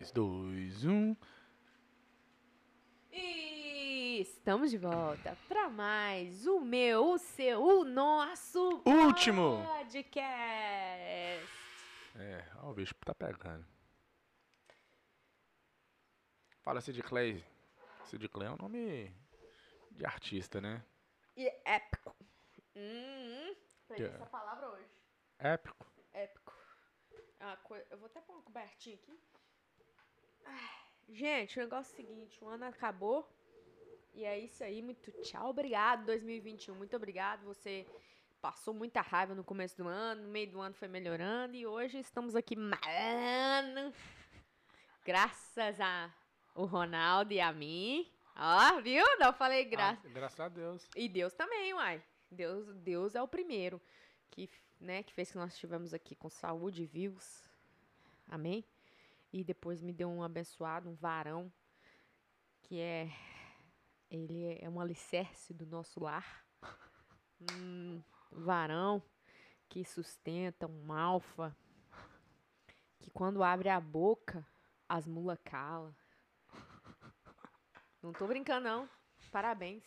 3, 2, 1. E estamos de volta para mais o meu, o seu, o nosso Último! podcast. É, ó, o bicho tá pegando. Fala Sid Clay. Sid Clay é um nome de artista, né? E épico. Hum, aprendi Yeah. essa palavra hoje. Épico. Épico. É uma coi- Eu vou até pôr uma cobertinha aqui. Ai, Gente, o negócio é o seguinte, o ano acabou. E é isso aí, muito tchau, obrigado 2021, muito obrigado. Você passou muita raiva no começo do ano, no meio do ano foi melhorando e hoje estamos aqui malando. Graças a o Ronaldo e a mim. Ó, viu? Não falei graças. Ah, graças a Deus. E Deus também, uai. Deus, Deus é o primeiro que, né, que fez que nós estivemos aqui com saúde, vivos. Amém? E depois me deu um abençoado, um varão, que é. Ele é um alicerce do nosso lar. Um varão que sustenta, um alfa, que quando abre a boca, as mula cala. Não tô brincando, não. Parabéns.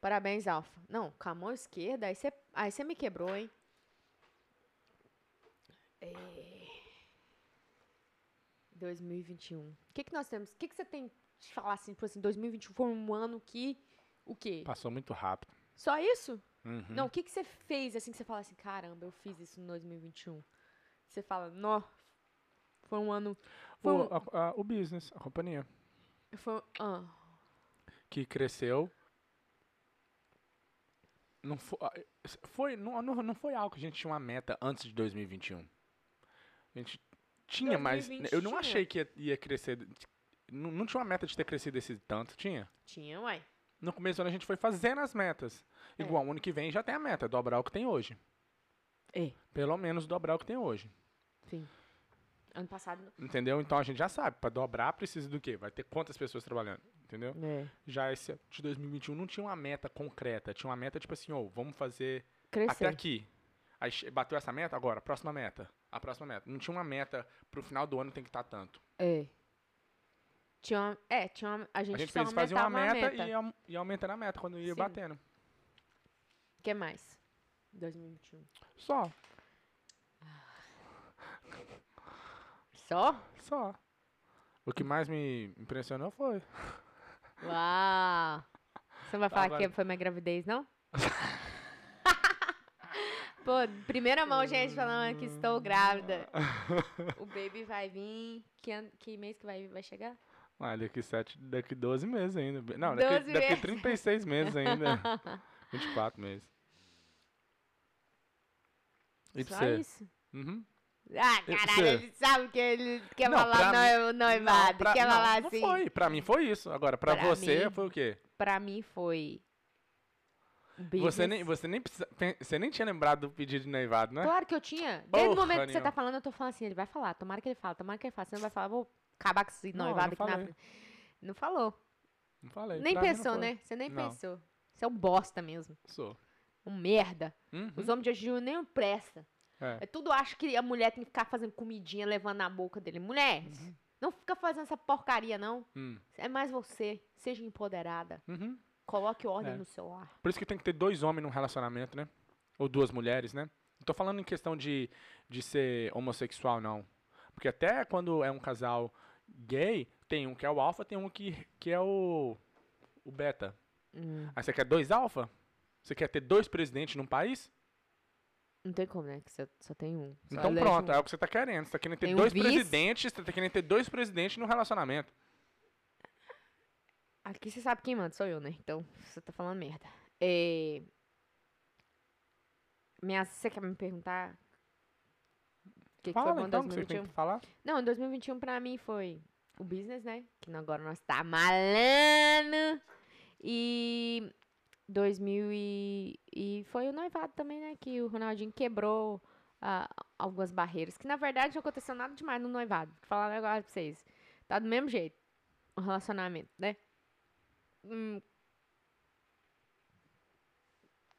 Parabéns, Alfa. Não, com a mão esquerda, aí você aí cê me quebrou, hein? É. 2021. O que, que nós temos? O que, que você tem de falar assim? Tipo assim, 2021 foi um ano que. O quê? Passou muito rápido. Só isso? Uhum. Não, o que, que você fez assim que você fala assim, caramba, eu fiz isso em 2021? Você fala, nó, foi um ano. Foi um, O, a- a- o business, a companhia. foi um- ah, Que cresceu. Não foi, foi, não, não não foi algo que a gente tinha uma meta antes de 2021. A gente tinha, mas eu não 2021. achei que ia, ia crescer. Não, não tinha uma meta de ter crescido esse tanto, tinha? tinha, uai. No começo do ano a gente foi fazendo as metas. É. Igual, ano que vem já tem a meta, dobrar o que tem hoje. É. Pelo menos dobrar o que tem hoje. Sim. Ano passado. Entendeu? Então a gente já sabe, pra dobrar precisa do quê? Vai ter quantas pessoas trabalhando, entendeu? É. Já esse de 2021 não tinha uma meta concreta, tinha uma meta tipo assim, ô, vamos fazer até Cresceu. aqui. Aí che- bateu essa meta, agora, próxima meta, a próxima meta. Não tinha uma meta pro final do ano tem que estar tanto. É. Tinha uma, é, tinha uma, a gente, A gente só fez fazer uma aumentava meta, a meta. E, ia- ia aumentando a meta quando ia Sim. batendo. O que mais? 2021. Só, Só? só. O que mais me impressionou foi Uau! Você não vai falar Agora- que foi minha gravidez, não? Pô, primeira mão, gente, falando que estou grávida. O baby vai vir. Que, an- que mês que vai, vai chegar? Ah, daqui, sete, daqui 12 meses ainda. Be- Não, daqui, 12 daqui meses. 36 meses ainda. 24 meses. E pra Só você? isso? Uhum. Ah, pra caralho, você? ele sabe que ele quer Não, falar pra noiv- noivado. Não, pra- quer não, falar não assim. foi. Pra mim foi isso. Agora, pra, Pra você mim, foi o quê? Pra mim foi. Você business. nem, você, nem precisa- pe- você nem tinha lembrado do pedido de noivado, né? Claro que eu tinha. Desde o Porra momento que você tá nenhuma. falando, eu tô falando assim, ele vai falar, tomara que ele fala, tomara que ele fala. Se não vai falar, eu vou acabar com esse Não, eu noivado não aqui na falei. frente. Não falou. Não falei. nem pra mim não pensou, foi. né? Você nem Não. pensou. Você é um bosta mesmo. Sou. Um merda. Uhum. Os homens de hoje em dia nem presta. É. É tudo acha que a mulher tem que ficar fazendo comidinha, levando na boca dele. Mulher, não fica fazendo essa porcaria, não. Hum. É mais você. Seja empoderada. Uhum. Coloque ordem É. no seu lar. Por isso que tem que ter dois homens num relacionamento, né? Ou duas mulheres, né? Não tô falando em questão de, de ser homossexual, não. Porque até quando é um casal gay, tem um que é o alfa, tem um que, que é o, o beta. Hum. Aí você quer dois alfa? Você quer ter dois presidentes num país? Não tem como, né? Que você só tem um. Só então elege pronto, um. é o que você tá querendo. Você tá querendo ter Tem um dois vice. presidentes, você tá querendo ter dois presidentes num relacionamento. Aqui você sabe quem manda, sou eu, né? Então, você tá falando merda. É... Minha... Você quer me perguntar? O que, que foi Fala bom em então, o que você tem 2021? que falar. Não, em 2021 pra mim foi o business, né? Que no- agora nós tá malando. E 2000 e, e foi o noivado também, né? Que o Ronaldinho quebrou ah, algumas barreiras. Que na verdade não aconteceu nada demais no noivado. Vou falar um negócio pra vocês. Tá do mesmo jeito. O relacionamento, né? Hum.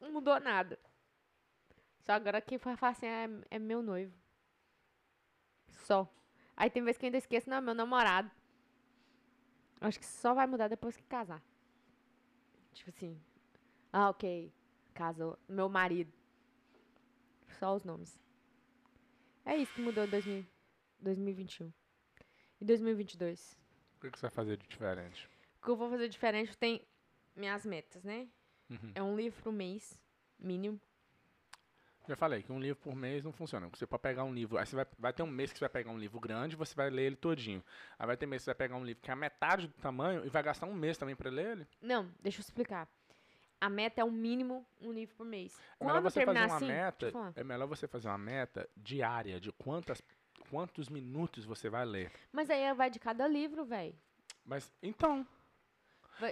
Não mudou nada. "Ah, Só agora quem foi falar assim é, é meu noivo. Só. Aí tem vez que eu ainda esqueço, não, é meu namorado. Acho que só vai mudar depois que casar. Tipo assim. Ah, ok. Casou. Meu marido. Só os nomes. É isso que mudou em 2000 2021. E 2022. O que que você vai fazer de diferente? O que eu vou fazer diferente tem minhas metas, né? Uhum. É um livro por mês, mínimo. Já falei que um livro por mês não funciona. Você pode pegar um livro. Aí você vai, vai ter um mês que você vai pegar um livro grande e você vai ler ele todinho. Aí vai ter mês que você vai pegar um livro que é a metade do tamanho e vai gastar um mês também pra ler ele. Não, deixa eu explicar. A meta é o mínimo um livro por mês. É melhor Quando você fazer terminar uma assim, deixa meta. eu falar. É melhor você fazer uma meta diária de quantas, quantos minutos você vai ler. Mas aí vai de cada livro, velho. Mas então.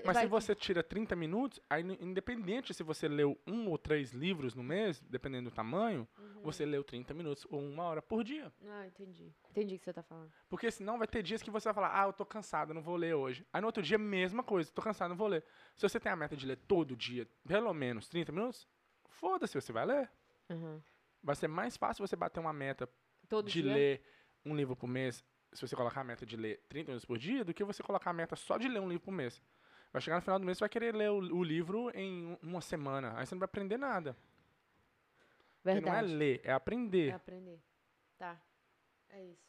Mas se você tira 30 minutos, aí n- independente se você leu um ou três livros no mês, dependendo do tamanho, Uhum. você leu 30 minutos ou uma hora por dia. Ah, entendi. Entendi o que você tá falando. Porque senão vai ter dias que você vai falar, ah, eu tô cansado, não vou ler hoje. Aí no outro dia, mesma coisa, tô cansado, não vou ler. Se você tem a meta de ler todo dia, pelo menos 30 minutos, foda-se, você vai ler. Aham. Vai ser mais fácil você bater uma meta Todo de dia? ler um livro por mês, se você colocar a meta de ler 30 minutos por dia, do que você colocar a meta só de ler um livro por mês. Vai chegar no final do mês, você vai querer ler o, o livro em um- uma semana. Aí você não vai aprender nada. Porque Verdade. Não é ler, é aprender. É aprender. Tá. É isso.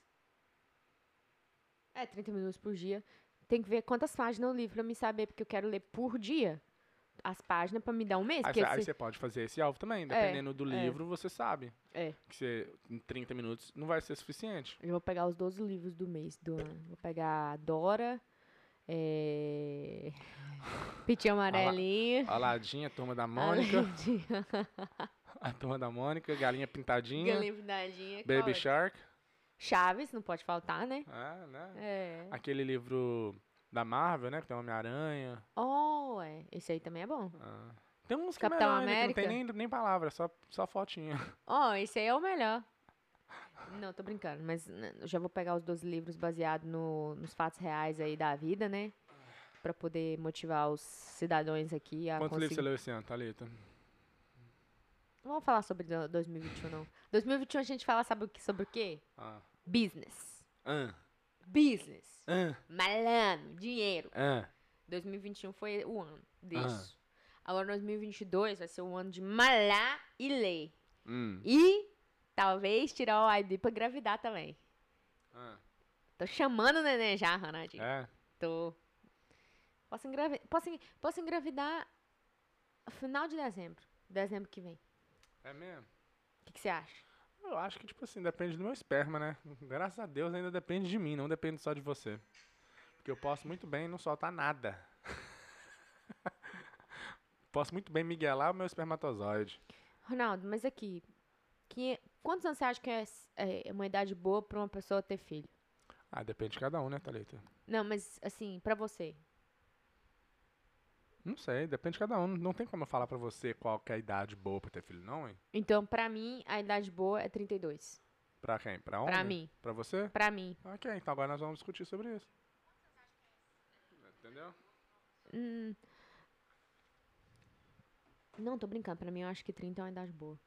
É, 30 minutos por dia. Tem que ver quantas páginas eu li pra me saber, porque eu quero ler por dia as páginas pra me dar um mês. Aí, porque você, aí se- você pode fazer esse alvo também, dependendo do é. livro, você sabe. É. Que você, em 30 minutos não vai ser suficiente. Eu vou pegar os 12 livros do mês do ano. Vou pegar Dora, é... Pitinho Amarelinho, Aladinha, Turma da a Mônica, Lindinha, a Turma da Mônica, Galinha Pintadinha, Galinha Pintadinha, qual Baby outro? Shark, Chaves, não pode faltar, né? ah, né? É. aquele livro da Marvel, né? Que tem Homem-Aranha. Oh, é. Esse aí também é bom. ah. Tem uns que é Capitão melhor ainda, que não tem América. nem, nem palavra, só, só fotinha. Ó, esse aí é o melhor. Não, tô brincando, mas né, eu já vou pegar os 12 livros baseados no, nos fatos reais aí da vida, né? Pra poder motivar os cidadãos aqui a Quantos livros conseguir. você leu esse ano, Thalita? Não vamos falar sobre do- 2021, não. 2021 a gente fala, sabe o que, sobre o quê? Ah. Business. Ah, Business. ah, Malandro, dinheiro. ah. 2021 foi o ano disso. Agora 2022 vai ser o ano de malhar e ler. Hum, E talvez tirar o IB pra gravidar também. ah. Tô chamando o neném já, Ronaldinho. É. Tô. Posso, engravi posso, en- posso engravidar final de dezembro. Dezembro que vem. É mesmo? O que que você acha? Eu acho que, tipo assim, depende do meu esperma, né? Graças a Deus ainda depende de mim, não depende só de você. Porque eu posso muito bem não soltar nada. posso muito bem miguelar o meu espermatozoide. Ronaldo, mas aqui. Que, quantos anos você acha que é, s- é uma idade boa pra uma pessoa ter filho? Ah, depende de cada um, né, Thalita? Não, mas assim, pra você. Não sei, depende de cada um. Não tem como eu falar pra você qual que é a idade boa pra ter filho, não, hein? Então, pra mim, a idade boa é 32. Pra quem? Pra homem? Pra mim. Pra você? Pra mim. Ok, então agora nós vamos discutir sobre isso. Entendeu? Hum. Não, tô brincando. Pra mim, eu acho que 30 é uma idade boa.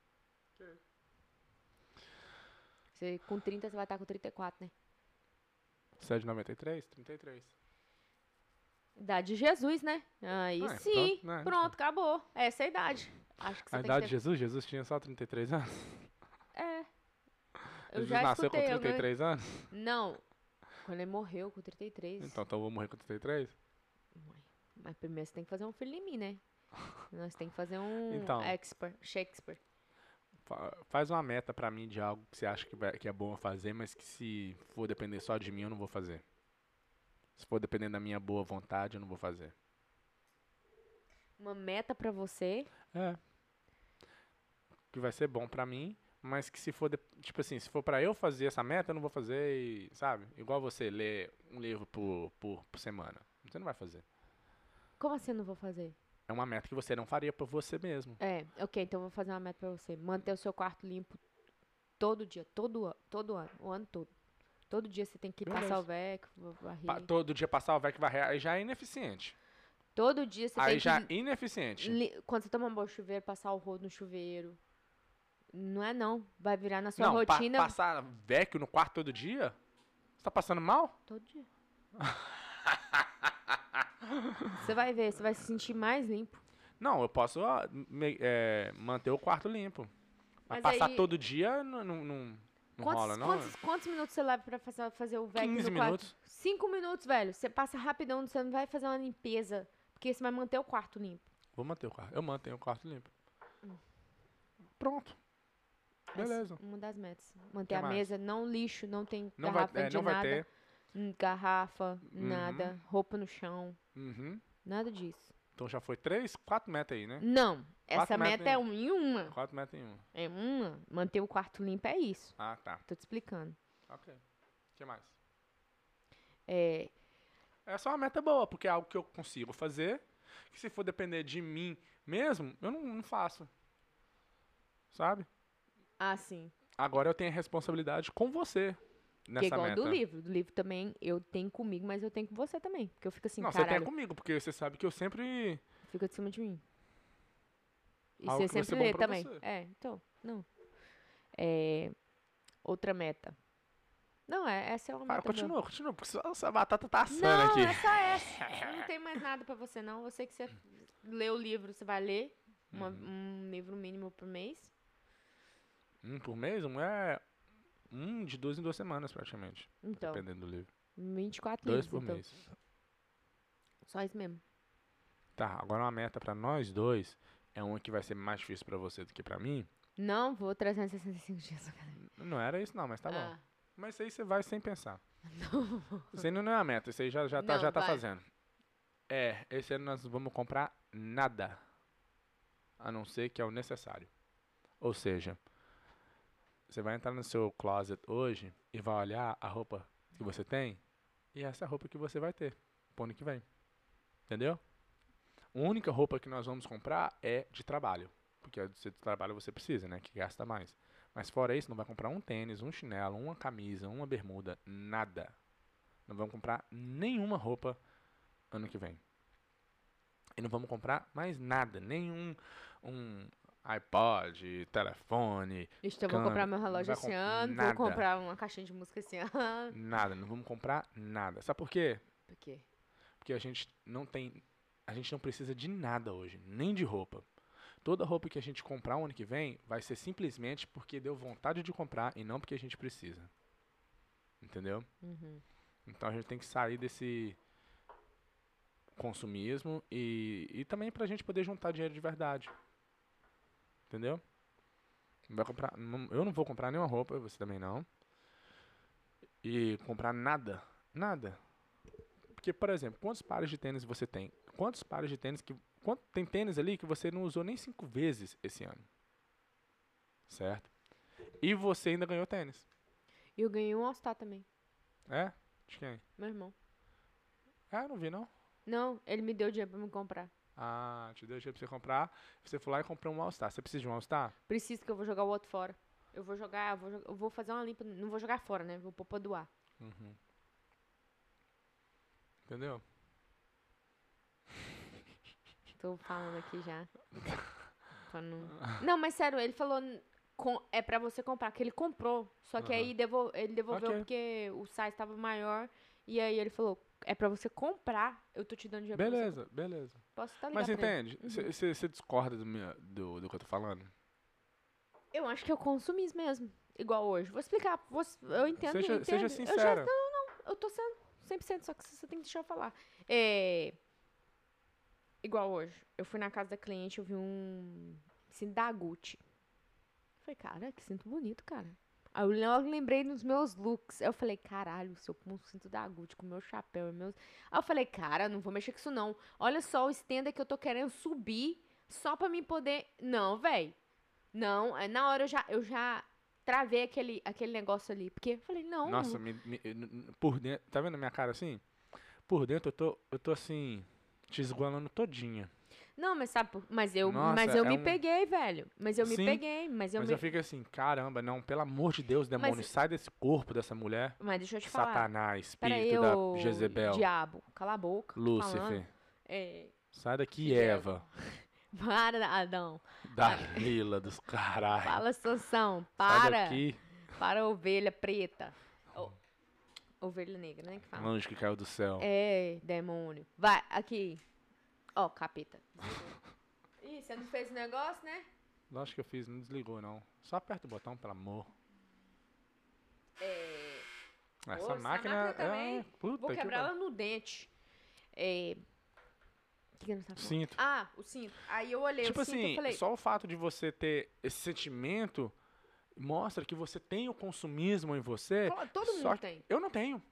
Ok. Você, com 30, você vai estar com 34, né? Você é de 93? 33. Idade de Jesus, né? Aí Ah, é, sim. pronto, né? Pronto, acabou. Essa é a idade. Acho que você A tem idade de que ter... Jesus? Jesus tinha só 33 anos? É. Eu Jesus já nasceu com escutei alguém- 33 anos? Não. Quando ele morreu com 33. Então, então eu vou morrer com 33? Mas primeiro você tem que fazer um filho em mim, né? Nós tem que fazer um Então. expert, Shakespeare. Fa- Faz uma meta pra mim de algo que você acha que, vai- que é bom eu fazer, mas que se for depender só de mim, eu não vou fazer. Se for depender da minha boa vontade, eu não vou fazer. Uma meta pra você. É. Que vai ser bom pra mim, mas que se for, de- tipo assim, se for pra eu fazer essa meta, eu não vou fazer e, sabe? Igual você ler um livro por, por, por semana. Você não vai fazer. Como assim eu não vou fazer? É uma meta que você não faria pra você mesmo. É, ok, então eu vou fazer uma meta pra você. Manter o seu quarto limpo todo dia, todo, an- todo ano, o ano todo. Todo dia você tem que Beleza. passar o veco, va- varrer. Pa- todo dia passar o VEC varrer, aí já é ineficiente. Todo dia você um aí tem já que. é ineficiente. li- Quando você toma um banho de chuveiro, passar o rodo no chuveiro. Não é não. Vai virar na sua não, pa- rotina. passar VEC no quarto todo dia? Você tá passando mal? Todo dia. Você vai ver, você vai se sentir mais limpo. Não, eu posso ó, me- é, manter o quarto limpo. Mas, Mas passar aí- todo dia não, não, não, não quantos, rola, não. quantos, quantos minutos você leva pra fazer, fazer o vac 15 do quarto? minutos. 5 minutos, velho. Você passa rapidão, você não vai fazer uma limpeza. Porque você vai manter o quarto limpo. Vou manter o quarto. Eu mantenho o quarto limpo. Hum. Pronto. Essa é Beleza. Uma das metas. Manter a mais? mesa, não lixo, não tem Não vai, garrafa é, de não vai nada. ter. hum, Garrafa, Uhum. nada. Roupa no chão, Uhum. nada disso. Então já foi três, quatro metas aí, né? Não, essa Quatro metas meta é em- um em uma. Quatro metas em uma. É uma. Manter o quarto limpo é isso. Ah, tá. Tô te explicando. Ok. O que mais? É, É só uma meta boa, porque é algo que eu consigo fazer. Que se for depender de mim mesmo, eu não, não faço. Sabe? ah, sim. Agora eu tenho a responsabilidade com você Que é nessa igual meta. do livro. Do livro também eu tenho comigo, mas eu tenho com você também. Porque eu fico assim, não, você tem caralho, comigo, porque você sabe que eu sempre. fica de cima de mim. E Algo você que vai ser sempre bom lê pra também. você. É, então, não. É, outra meta. Não, é, essa é uma Ah, meta. boa. continua, continua, porque só essa batata tá assando Não, aqui. é só essa. Não tem mais nada pra você, não. Eu sei que você lê o livro, você vai ler uma- Uhum. um livro mínimo por mês. Um por mês? Um é. Um de duas em duas semanas, praticamente. Então, Dependendo do livro. 24 Dois livros. por então. mês. Só isso mesmo. Tá, agora uma meta pra nós dois é uma que vai ser mais difícil pra você do que pra mim. Não vou 365 dias. Não era isso, não, mas tá bom. Ah, Mas isso aí você vai sem pensar. Isso aí não é uma meta, isso aí já, já, tá, Não, já tá vai. fazendo. É, esse ano nós não vamos comprar nada. A não ser que é o necessário. Ou seja, você vai entrar no seu closet hoje e vai olhar a roupa que você tem e essa é a roupa que você vai ter pro ano que vem. Entendeu? A única roupa que nós vamos comprar é de trabalho. Porque a de trabalho você precisa, né? Que gasta mais. Mas fora isso, não vai comprar um tênis, um chinelo, uma camisa, uma bermuda, nada. Não vamos comprar nenhuma roupa ano que vem. E não vamos comprar mais nada, nenhum um iPod, telefone, Isto, então eu vou Cana, comprar meu não relógio vai esse comp- ano, nada. vou comprar uma caixinha de música esse ano. nada. Não vamos comprar nada. Sabe por quê? Por quê? Porque a gente não tem. A gente não precisa de nada hoje, nem de roupa. Toda roupa que a gente comprar o ano que vem vai ser simplesmente porque deu vontade de comprar e não porque a gente precisa. Entendeu? Uhum. Então a gente tem que sair desse consumismo e, e também pra gente poder juntar dinheiro de verdade. Entendeu? Não vai comprar, não- eu não vou comprar nenhuma roupa, você também não. E comprar nada. Nada. Porque, por exemplo, quantos pares de tênis você tem? Quantos pares de tênis que. Quanto, tem tênis ali que você não usou nem cinco vezes esse ano. Certo? E você ainda ganhou tênis. E eu ganhei um all Star também, É? De quem? meu irmão. Ah, não vi não. Não, ele me deu dinheiro pra me comprar. Ah, te deu dinheiro pra você comprar. Você foi lá e comprou um All-Star. Você precisa de um All-Star? Preciso que eu vou jogar o outro fora. Eu vou jogar, eu vou, jo- eu vou fazer uma limpa, não vou jogar fora, né? Vou pôr pra doar. Entendeu? Tô falando aqui já. Pra não... não, mas sério, ele falou n- com- é pra você comprar, que ele comprou. Só que Aham. aí devol- ele devolveu Ok. porque o size tava maior. E aí ele falou, é pra você comprar, eu tô te dando dinheiro pra você Beleza, beleza. Posso estar Mas ligado entende? Você discorda do, meu- do, do que eu tô falando? Eu acho que eu consumi isso mesmo. Igual hoje. Vou explicar. vou s- eu entendo. seja, eu entendo. seja Eu, já, sincera. eu tô sendo 100%, só que você tem que deixar eu falar. É... Igual hoje. Eu fui na casa da cliente, eu vi um cinto da Gucci. Eu falei, cara, que cinto bonito, cara. Aí eu logo lembrei dos meus looks. Aí eu falei, caralho, se eu pôr um cinto da Gucci com meu chapéu e meus... Aí eu falei, cara, não vou mexer com isso não. Olha só o estenda que eu tô querendo subir só pra mim poder... Não, véi. Não, aí na hora eu já, eu já travei aquele, aquele negócio ali. Porque eu falei, não, não Nossa, me- me- eu n- n- por dentro. Tá vendo a minha cara assim? Por dentro eu tô, eu tô assim, te esgualando todinha. Não, mas sabe, por- mas eu, Nossa, mas eu é me um- peguei, velho. Mas eu me Sim, peguei, mas eu Mas me... eu fico assim, caramba, não, pelo amor de Deus, demônio, sai desse corpo dessa mulher. Mas deixa eu te falar. Satanás, Peraí, espírito da ô Jezebel, diabo, cala a boca. tô falando. Lúcifer. É, Sai daqui, Diabo. Eva. para, Adão. Dalila dos caralho. Fala, Sansão. Sai Para. daqui. Para, ovelha preta. Ô, Ô, Ovelha negra, né? Que Um fala. anjo que caiu do céu. É, demônio. Vai, aqui. Ó, capeta. Ih, você não fez o negócio, né? Lógico que eu fiz, não desligou não. Só aperta o botão, pelo amor. Pô, Essa É. essa máquina. máquina também. é, puta Vou que quebrar pariu. ela no dente. É. O que, que a gente tá falando? Sinto. Ah, o cinto. Aí eu olhei tipo o cinto assim, e falei. só o fato de você ter esse sentimento mostra que você tem o consumismo em você. "Fala, Todo mundo só que- tem. Eu não tenho.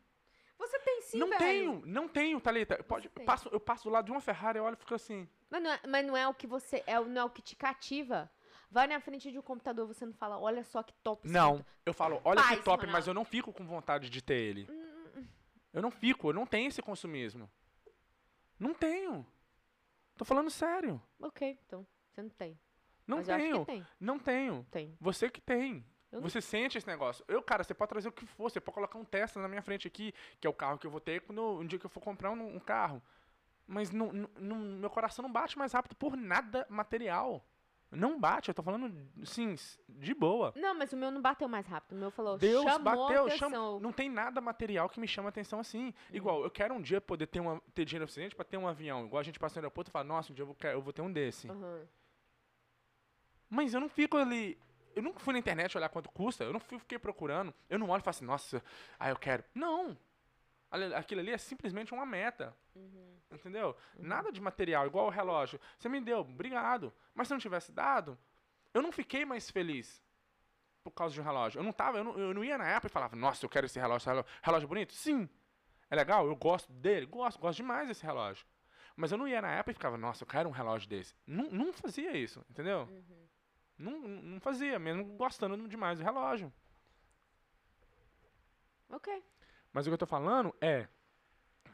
Você tem sim, é não velho. tenho, não tenho, Thalita. Pode, eu, tem. passo, eu passo do lado de uma Ferrari, eu olho e fico assim. Mas não é, mas não é o que você. É, o- não é o que te cativa. Vai na frente de um computador, você não fala, olha só que top. esse Não. Eu falo, olha Paz, que top, mas Ronaldo. Hum, eu não fico com vontade de ter ele. Eu não fico, eu não tenho esse consumismo. Não tenho. Tô falando sério. Ok, então. Você não tem. Não Mas eu tenho. acho que tem. Não tenho. Tem. Você que tem. Eu não- Você sente esse negócio. Eu, cara, você pode trazer o que for. Você pode colocar um Tesla na minha frente aqui, que é o carro que eu vou ter quando um dia que eu for comprar um, um carro. Mas não, não- não- meu coração não bate mais rápido por nada material. Não bate, eu tô falando, sim, de boa. Não, mas o meu não bateu mais rápido. O meu falou, Deus chamou bateu, atenção. Uhum. chama. Não tem nada material que me chama atenção assim. Igual, eu quero um dia poder ter, uma, ter dinheiro suficiente pra ter um avião. Igual a gente passa no aeroporto e fala, nossa, um dia eu vou, eu vou ter um desse. Aham. Mas eu não fico ali. Eu nunca fui na internet olhar quanto custa, eu não fui, fiquei procurando. Eu não olho e falo assim, nossa, ah, eu quero. Não! Ali- Aquilo ali é simplesmente uma meta. Entendeu? Nada de material, igual o relógio. Você me deu, obrigado. Mas se não tivesse dado, eu não fiquei mais feliz por causa de um relógio. Eu não tava, eu não, eu não ia na Apple e falava, nossa, eu quero esse relógio, esse relógio. Relógio bonito? Sim. É legal? Eu gosto dele? Gosto, gosto demais desse relógio. Mas eu não ia na Apple e ficava, nossa, eu quero um relógio desse. Não, não fazia isso, entendeu? Não, não fazia, mesmo gostando demais do relógio. Ok. Mas o que eu tô falando é.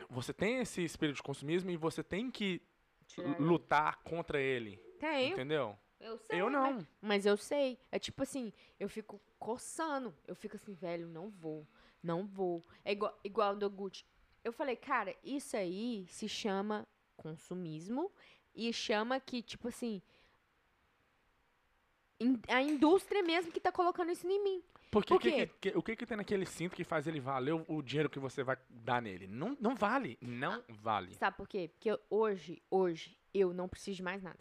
Você tem esse espírito de consumismo e você tem que Tirar ele. lutar contra ele. Tenho. Entendeu? Eu sei. eu mas- não. Mas eu sei. É tipo assim, eu fico coçando. Eu fico assim, velho, não vou. Não vou. É igual, igual do Gucci. Eu falei, cara, isso aí se chama consumismo e chama que, tipo assim. in- A indústria mesmo que tá colocando isso em mim. Porque Por o que quê? que- que- o que, que tem naquele cinto que faz ele valer o, o dinheiro que você vai dar nele? Não, não vale. Ah, Não vale. Sabe por quê? Porque eu- hoje, hoje, eu não preciso de mais nada.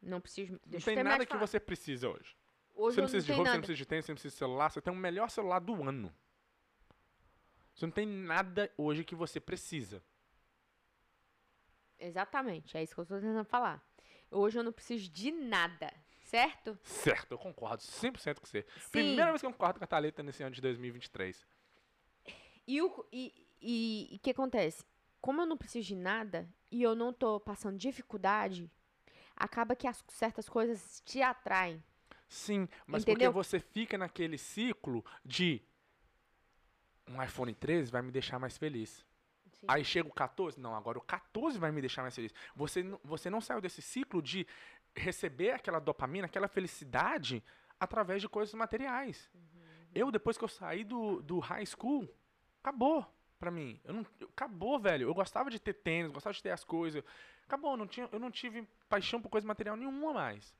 Não preciso. Não Deixa eu tem terminar de nada que falar. você precisa hoje. Hoje você não eu não precisa de tenho roupa, você nada. não precisa de tênis, você não precisa de celular. Você tem o melhor celular do ano. Você não tem nada hoje que você precisa. Exatamente, é isso que eu tô tentando falar. Hoje eu não preciso de nada, certo? Certo, eu concordo 100% com você. Sim. Primeira vez que eu concordo com a Thalita nesse ano de 2023. E o e, e, e que acontece? Como eu não preciso de nada e eu não tô passando dificuldade, acaba que as certas coisas te atraem. Sim, mas Entendeu? porque você fica naquele ciclo de um iPhone 13 vai me deixar mais feliz. Sim. Aí chega o 14, não, agora o 14 vai me deixar mais feliz. Você, n- você não saiu desse ciclo de receber aquela dopamina, aquela felicidade através de coisas materiais. Eu, depois que eu saí do, do high school, acabou pra mim. Eu não, eu- acabou, velho. Eu gostava de ter tênis, gostava de ter as coisas. Acabou, eu não tinha, eu não tive paixão por coisa material nenhuma mais.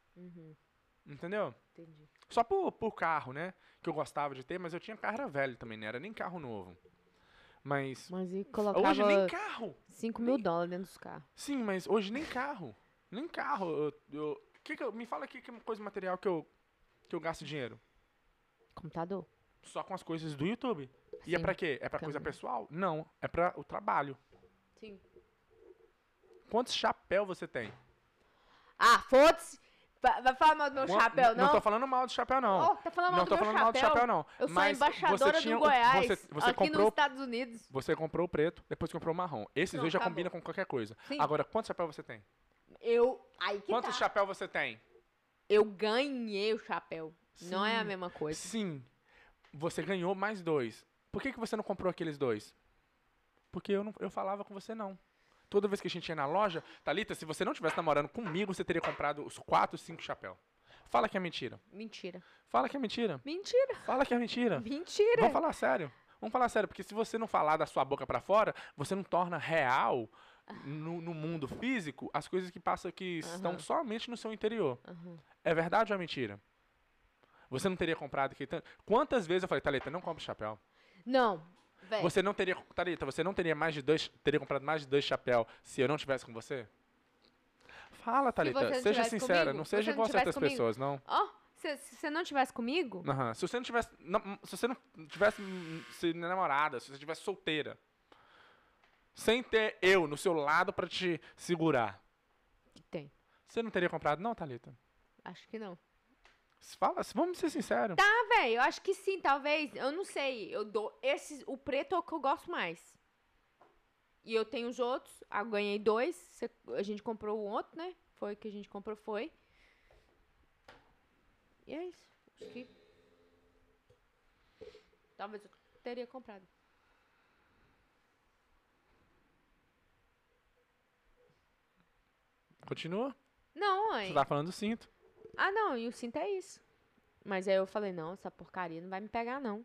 Entendeu? entendi. Só por, por carro, né? Que eu gostava de ter, mas eu tinha carro era velho também, não era nem carro novo. Mas. Mas e Hoje nem colocava carro! 5 mil dólares dentro dos carros. Sim, mas hoje nem carro. Nem carro. Eu, eu- que que eu- me fala aqui que é uma coisa material que eu, que eu gasto dinheiro. Computador. Só com as coisas do YouTube. E é Sim. pra quê? É pra coisa também. pessoal? Não. É pra o trabalho. Sim. Quantos chapéu você tem? Ah, foda-se! Vai, vai falar mal do meu Quan- chapéu, não? Não tô falando mal do chapéu, não. Oh, tá falando mal não do tô meu falando mal do chapéu, não. Eu sou mas embaixadora você tinha do o- Goiás, Você, você aqui nos comprou Estados Unidos. Você comprou o preto, depois comprou o marrom. Esses Não, dois já acabou. combinam com qualquer coisa. Sim. Agora, quantos chapéu você tem? Eu. Aí que quantos tá. chapéu você tem? Eu ganhei o chapéu. Não é a Sim. mesma coisa. Sim. Você ganhou mais dois. Por que, que você não comprou aqueles dois? Porque eu, não, eu falava com você não. Toda vez que a gente ia na loja, Thalita, se você não tivesse namorando comigo, você teria comprado os quatro, cinco chapéu. Fala que é mentira. Mentira. Fala que é mentira. Mentira. Fala que é mentira. Mentira. Vamos falar sério. Vamos falar sério, porque se você não falar da sua boca pra fora, você não torna real no, no mundo físico as coisas que passam que estão Aham. somente no seu interior. Aham. É verdade ou é mentira? Você não teria comprado aquele tanto? Quantas vezes eu falei, Thalita, não compra chapéu? Não. Véi, Você não teria, Thalita, você não teria mais de dois, teria comprado mais de dois chapéus se eu não tivesse com você? Fala, Thalita, você não seja tivesse sincera, comigo, não se você seja não igual a tivesse certas comigo. pessoas, não. Ó, se se você não tivesse comigo, Aham. Se você não tivesse, não, hum, se você não tivesse hum, se namorada, se você tivesse solteira, sem ter eu no seu lado pra te segurar, que tem. você não teria comprado, não, Thalita? Acho que não. Fala, vamos ser sinceros. Ah, velho, eu acho que sim, talvez. Eu não sei. Eu dou. Esses, o preto é o que eu gosto mais. E eu tenho os outros. Ah, ganhei dois. cê- a gente comprou o outro, né? Foi o que a gente comprou, foi. E é isso. Acho que. Talvez eu teria comprado. Continua. Não, mãe. Você tá falando do cinto. Ah, não, e o cinto é isso. Mas aí eu falei, não, essa porcaria não vai me pegar, não.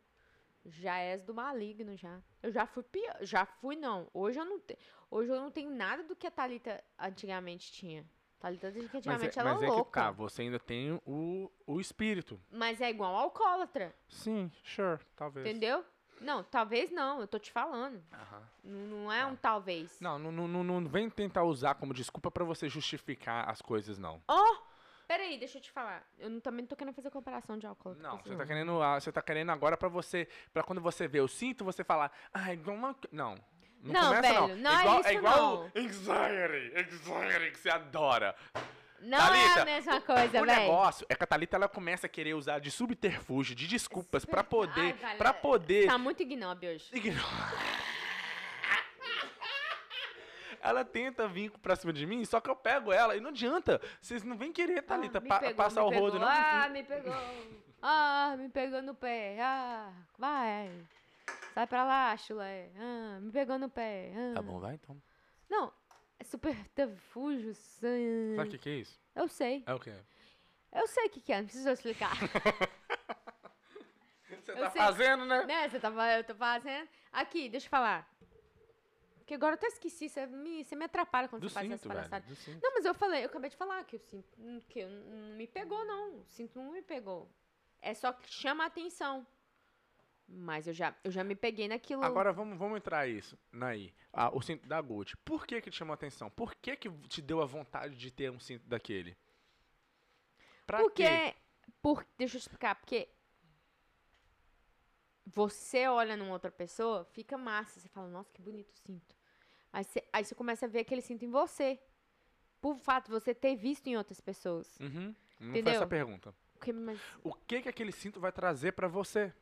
Já és do maligno, já. Eu já fui pior. Já fui, não. Hoje eu não, te... Hoje eu não tenho nada do que a Thalita antigamente tinha. Thalita desde que Mas, antigamente é, ela mas é é que louca. tá, você ainda tem o, o espírito. Mas é igual ao alcoólatra, Sim, sure, talvez. entendeu? Não, talvez não, eu tô te falando. Aham. Não, não é Tá. um talvez. Não, não, não, não, não vem tentar usar como desculpa pra você justificar as coisas, não. Peraí, deixa eu te falar. Eu não- também não tô querendo fazer comparação de alcoólatra. Não, com isso, você tá querendo, ah, você tá querendo agora pra você, Pra quando você vê o cinto, você falar, ah, é igual uma... co-" Não. Não, Não, começa, não. velho, não é igual, isso, igual não. o anxiety, anxiety, que você adora. Não é Thalita, a mesma coisa, o velho. negócio é que a Thalita, ela começa a querer usar de subterfúgio, de desculpas, pra Ai, poder, velho, pra poder Tá muito ignoble hoje. Ignora. Ela tenta vir pra cima de mim, só que eu pego ela e não adianta. Vocês não vêm querer, Thalita, Ah, me Tá pa- pegou, passar me o pegou. rodo, não. Ah, me pegou. Ah, me pegou no pé. Ah, vai. Sai pra lá, chulé. Ah, me pegou no pé. Ah. Tá bom, vai então. Não, é superterfúgio. san- Sabe o que, que é isso? Eu sei. É o quê? Eu sei o que, que é, não precisa explicar. Você Eu tá sei. fazendo, né? né? Você tava, eu tô fazendo. Aqui, deixa eu falar. Porque agora eu até esqueci. Você me, você me atrapalha quando Do você faz cinto, essas velho. palhaçadas. Do cinto. Não, mas eu falei, eu acabei de falar que o cinto hum, que eu- não me pegou, não. O cinto não me pegou. É só que chama a atenção. Mas eu já, eu já me peguei naquilo. Agora vamos, vamos entrar isso, naí. Ah, o cinto da Gucci. Por que que te chamou a atenção? Por que que te deu a vontade de ter um cinto daquele? Pra porque, é quê? por, deixa eu te explicar, porque você olha numa outra pessoa, fica massa. Você fala, nossa, que bonito o cinto. Aí você, aí você começa a ver aquele cinto em você. Por fato, de você ter visto em outras pessoas. Uhum. Não foi Entendeu? essa a pergunta. Porque, mas, O que que aquele cinto vai trazer pra você?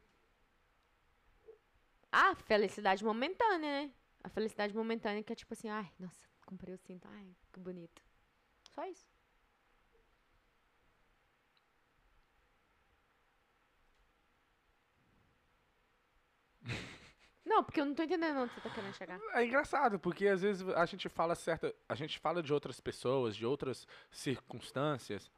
Ah, felicidade momentânea, né? A felicidade momentânea que é tipo assim, ai, nossa, comprei o cinto, ai, que bonito. Só isso. Não, porque eu não tô entendendo onde você tá querendo chegar. É engraçado, porque às vezes a gente fala certa, a gente fala de outras pessoas, de outras circunstâncias,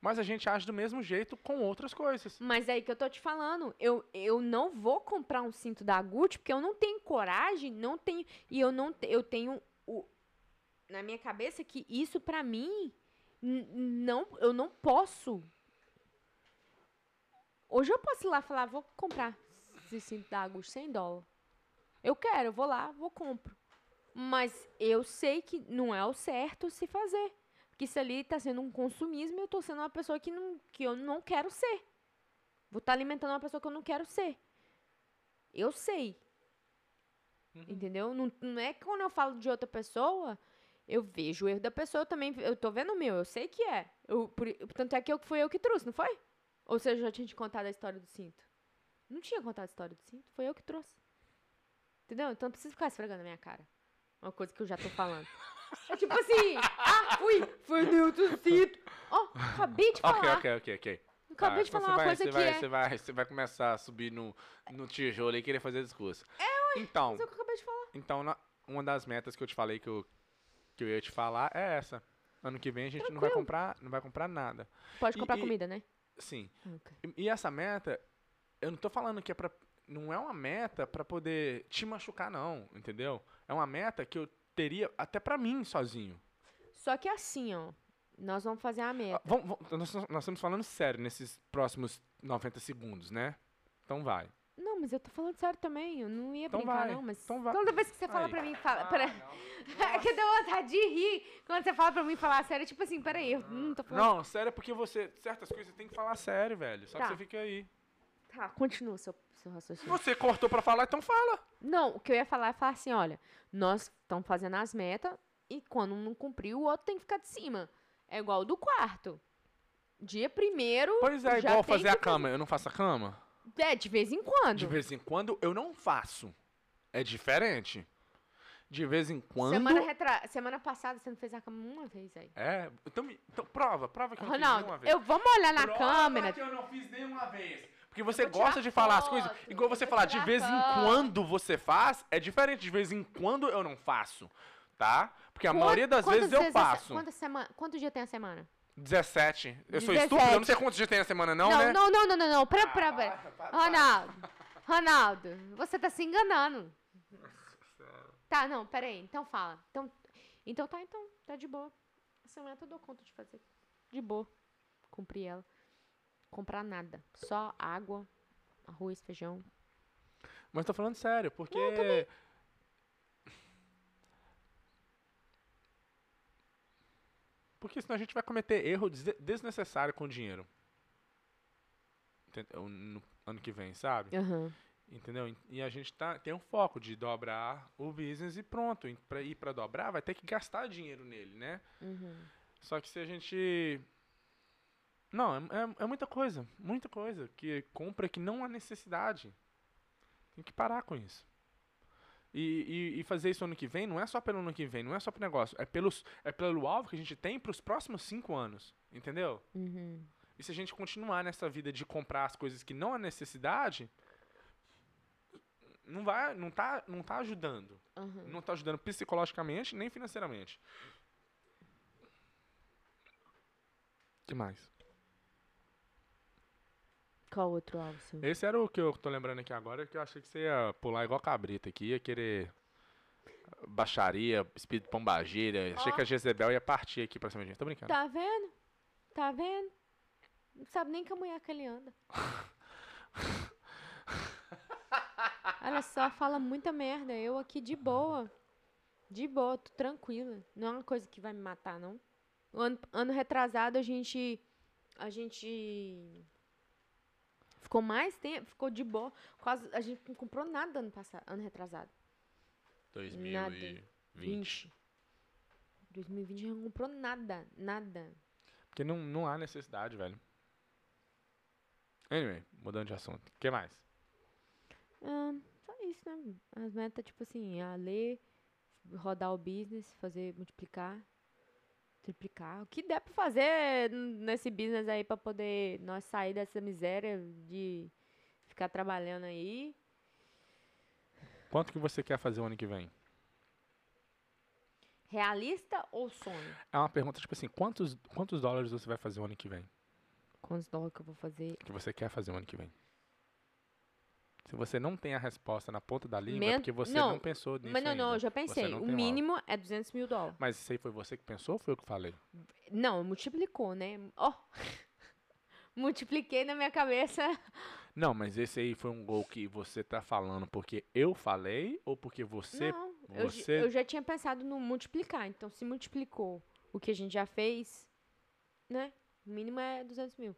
mas a gente age do mesmo jeito com outras coisas. Mas é aí que eu tô te falando, eu, eu não vou comprar um cinto da Gucci porque eu não tenho coragem, não tenho. E eu não te- eu tenho o, na minha cabeça que isso pra mim n- não eu não posso. Hoje eu posso ir lá falar, vou comprar esse cinto da Gucci 100 dólares. Eu quero, eu vou lá, vou compro. Mas eu sei que não é o certo se fazer. Porque isso ali tá sendo um consumismo e eu tô sendo uma pessoa que, não, que eu não quero ser. Vou estar alimentando uma pessoa que eu não quero ser. Eu sei. Uhum. Entendeu? Não, não é que quando eu falo de outra pessoa, eu vejo o erro da pessoa eu também. Eu tô vendo o meu, eu sei que é. Eu, por, tanto é que eu, fui eu que trouxe, não foi? Ou seja, eu já tinha te contado a história do cinto. Não tinha contado a história do cinto, foi eu que trouxe. Entendeu? Então não precisa ficar esfregando a minha cara. Uma coisa que eu já tô falando. É tipo assim, ah, fui, foi o Newton Cinto. Ó, acabei de falar. Ok, ok, ok, ok. Acabei Tá, de então você falar uma vai, coisa você que vai, é. Você vai, você vai começar a subir no, no tijolo e querer fazer discurso. É, ué. Então, Mas é o que eu acabei de falar. então na- uma das metas que eu te falei que eu, que eu ia te falar é essa. Ano que vem a gente não vai Tranquilo. comprar, não vai comprar nada. Pode E- comprar e- comida, né? Sim. E- E essa meta, eu não tô falando que é pra. Não é uma meta pra poder te machucar, não, entendeu? É uma meta que eu teria até pra mim sozinho. Só que assim, ó. Nós vamos fazer a Ah, meta. vamos- vamos- nós, nós estamos falando sério nesses próximos 90 segundos, né? Então vai. Não, Não, mas eu tô falando sério também. Eu não ia Então brincar, vai, não. Mas então vai. toda vez que você fala Aí. Ah. pra mim, fala. Ah, pera- que eu dou vontade de rir quando você fala pra mim falar sério. Tipo assim, peraí, eu não tô falando. Não, sério, é porque você. Certas coisas você tem que falar sério, velho. Só Tá. que você fica aí. Tá, continua o seu, seu raciocínio. Você cortou pra falar, então fala. Não, o que eu ia falar é falar assim, olha, nós estamos fazendo as metas e quando um não cumpriu, o outro tem que ficar de cima. É igual o do quarto. Dia primeiro. Pois é, já igual tem fazer a que cama. Eu não faço a cama? É, de vez em quando. De vez em quando eu não faço. É diferente. De vez em quando. Semana, retra... Semana passada você não fez a cama uma vez aí. É, então, me- então prova, prova que eu não fiz Ronaldo, nenhuma vez. eu vamos olhar na prova câmera. que eu não fiz nenhuma vez. Porque você vou tirar gosta de falar as foto, coisas, igual você eu vou falar, de tirar vez em foto. quando você faz, é diferente. De vez em quando eu não faço, tá? Porque a Quan- maioria das quantas vezes eu a se- faço. Quantas semana... Quanto dia tem a semana? 17. Eu sou estúpido, eu não sei quantos dias tem na semana, não, não, né? não, não, não, não, não. Pra, pra, pra. Ah, para, para. Ronaldo, Ronaldo, você tá se enganando. Tá, não, peraí. Então fala. Então, então tá, então. Tá de boa. Essa meta eu dou conta de fazer. De boa. Cumprir ela. Comprar nada. Só água, arroz, feijão. Mas tô falando sério, porque. porque senão a gente vai cometer erro des- desnecessário com o dinheiro. Enten- o- No ano que vem, sabe? Aham. Entendeu? E- E a gente tá, tem um foco de dobrar o business e pronto. E pra, e pra dobrar, vai ter que gastar dinheiro nele, né? Só que se a gente. Não, é, é- é muita coisa. Muita coisa que compra que não há necessidade. Tem que parar com isso. E, e- e fazer isso ano que vem não é só pelo ano que vem, não é só pro negócio. É, pelos, é pelo alvo que a gente tem pros próximos cinco anos. Entendeu? Uhum. E se a gente continuar nessa vida de comprar as coisas que não há necessidade, não vai, não tá, não tá ajudando. Aham. Não tá ajudando psicologicamente nem financeiramente. que mais? Qual outro alvo seu? Esse era o que eu tô lembrando aqui agora, que eu achei que você ia pular igual cabrita aqui, ia querer baixaria, espírito de pombagira. Achei Ó. que a Jezebel ia partir aqui pra cima de mim. Tô brincando. Tá vendo? Tá vendo? Não sabe nem que a mulher que ele anda. Olha só, fala muita merda. Eu aqui de boa. De boa, tô tranquila. Não é uma coisa que vai me matar, não. O ano, ano retrasado a gente. A gente. Ficou mais tempo, ficou de boa. Quase, a gente não comprou nada ano passado, ano retrasado. 2020. 2020 a gente não comprou nada, nada. Porque não, não há necessidade, velho. Anyway, mudando de assunto. O que mais? Ah, só isso, né? As metas, tipo assim, a ler, rodar o business, fazer multiplicar, triplicar. O que der pra fazer n- nesse business aí pra poder nós sair dessa miséria de ficar trabalhando aí. Quanto que você quer fazer o ano que vem? Realista ou sonho? É uma pergunta, tipo assim, quantos, quantos dólares você vai fazer o ano que vem? Quantos dólares que eu vou fazer? Que você quer fazer o ano que vem? Se você não tem a resposta na ponta da língua, é Men- porque você não, não, pensou nisso Mas não, não, ainda. eu já pensei. não O tem um mínimo é 200 mil dólares. Mas isso aí foi você que pensou ou foi eu que falei? Não, multiplicou, né? Ó, multipliquei na minha cabeça. Não, mas esse aí foi um gol que você tá falando porque eu falei ou porque você... Não, eu, j- você- eu já tinha pensado no multiplicar. Então, se multiplicou o que a gente já fez, né? O mínimo é 200 mil.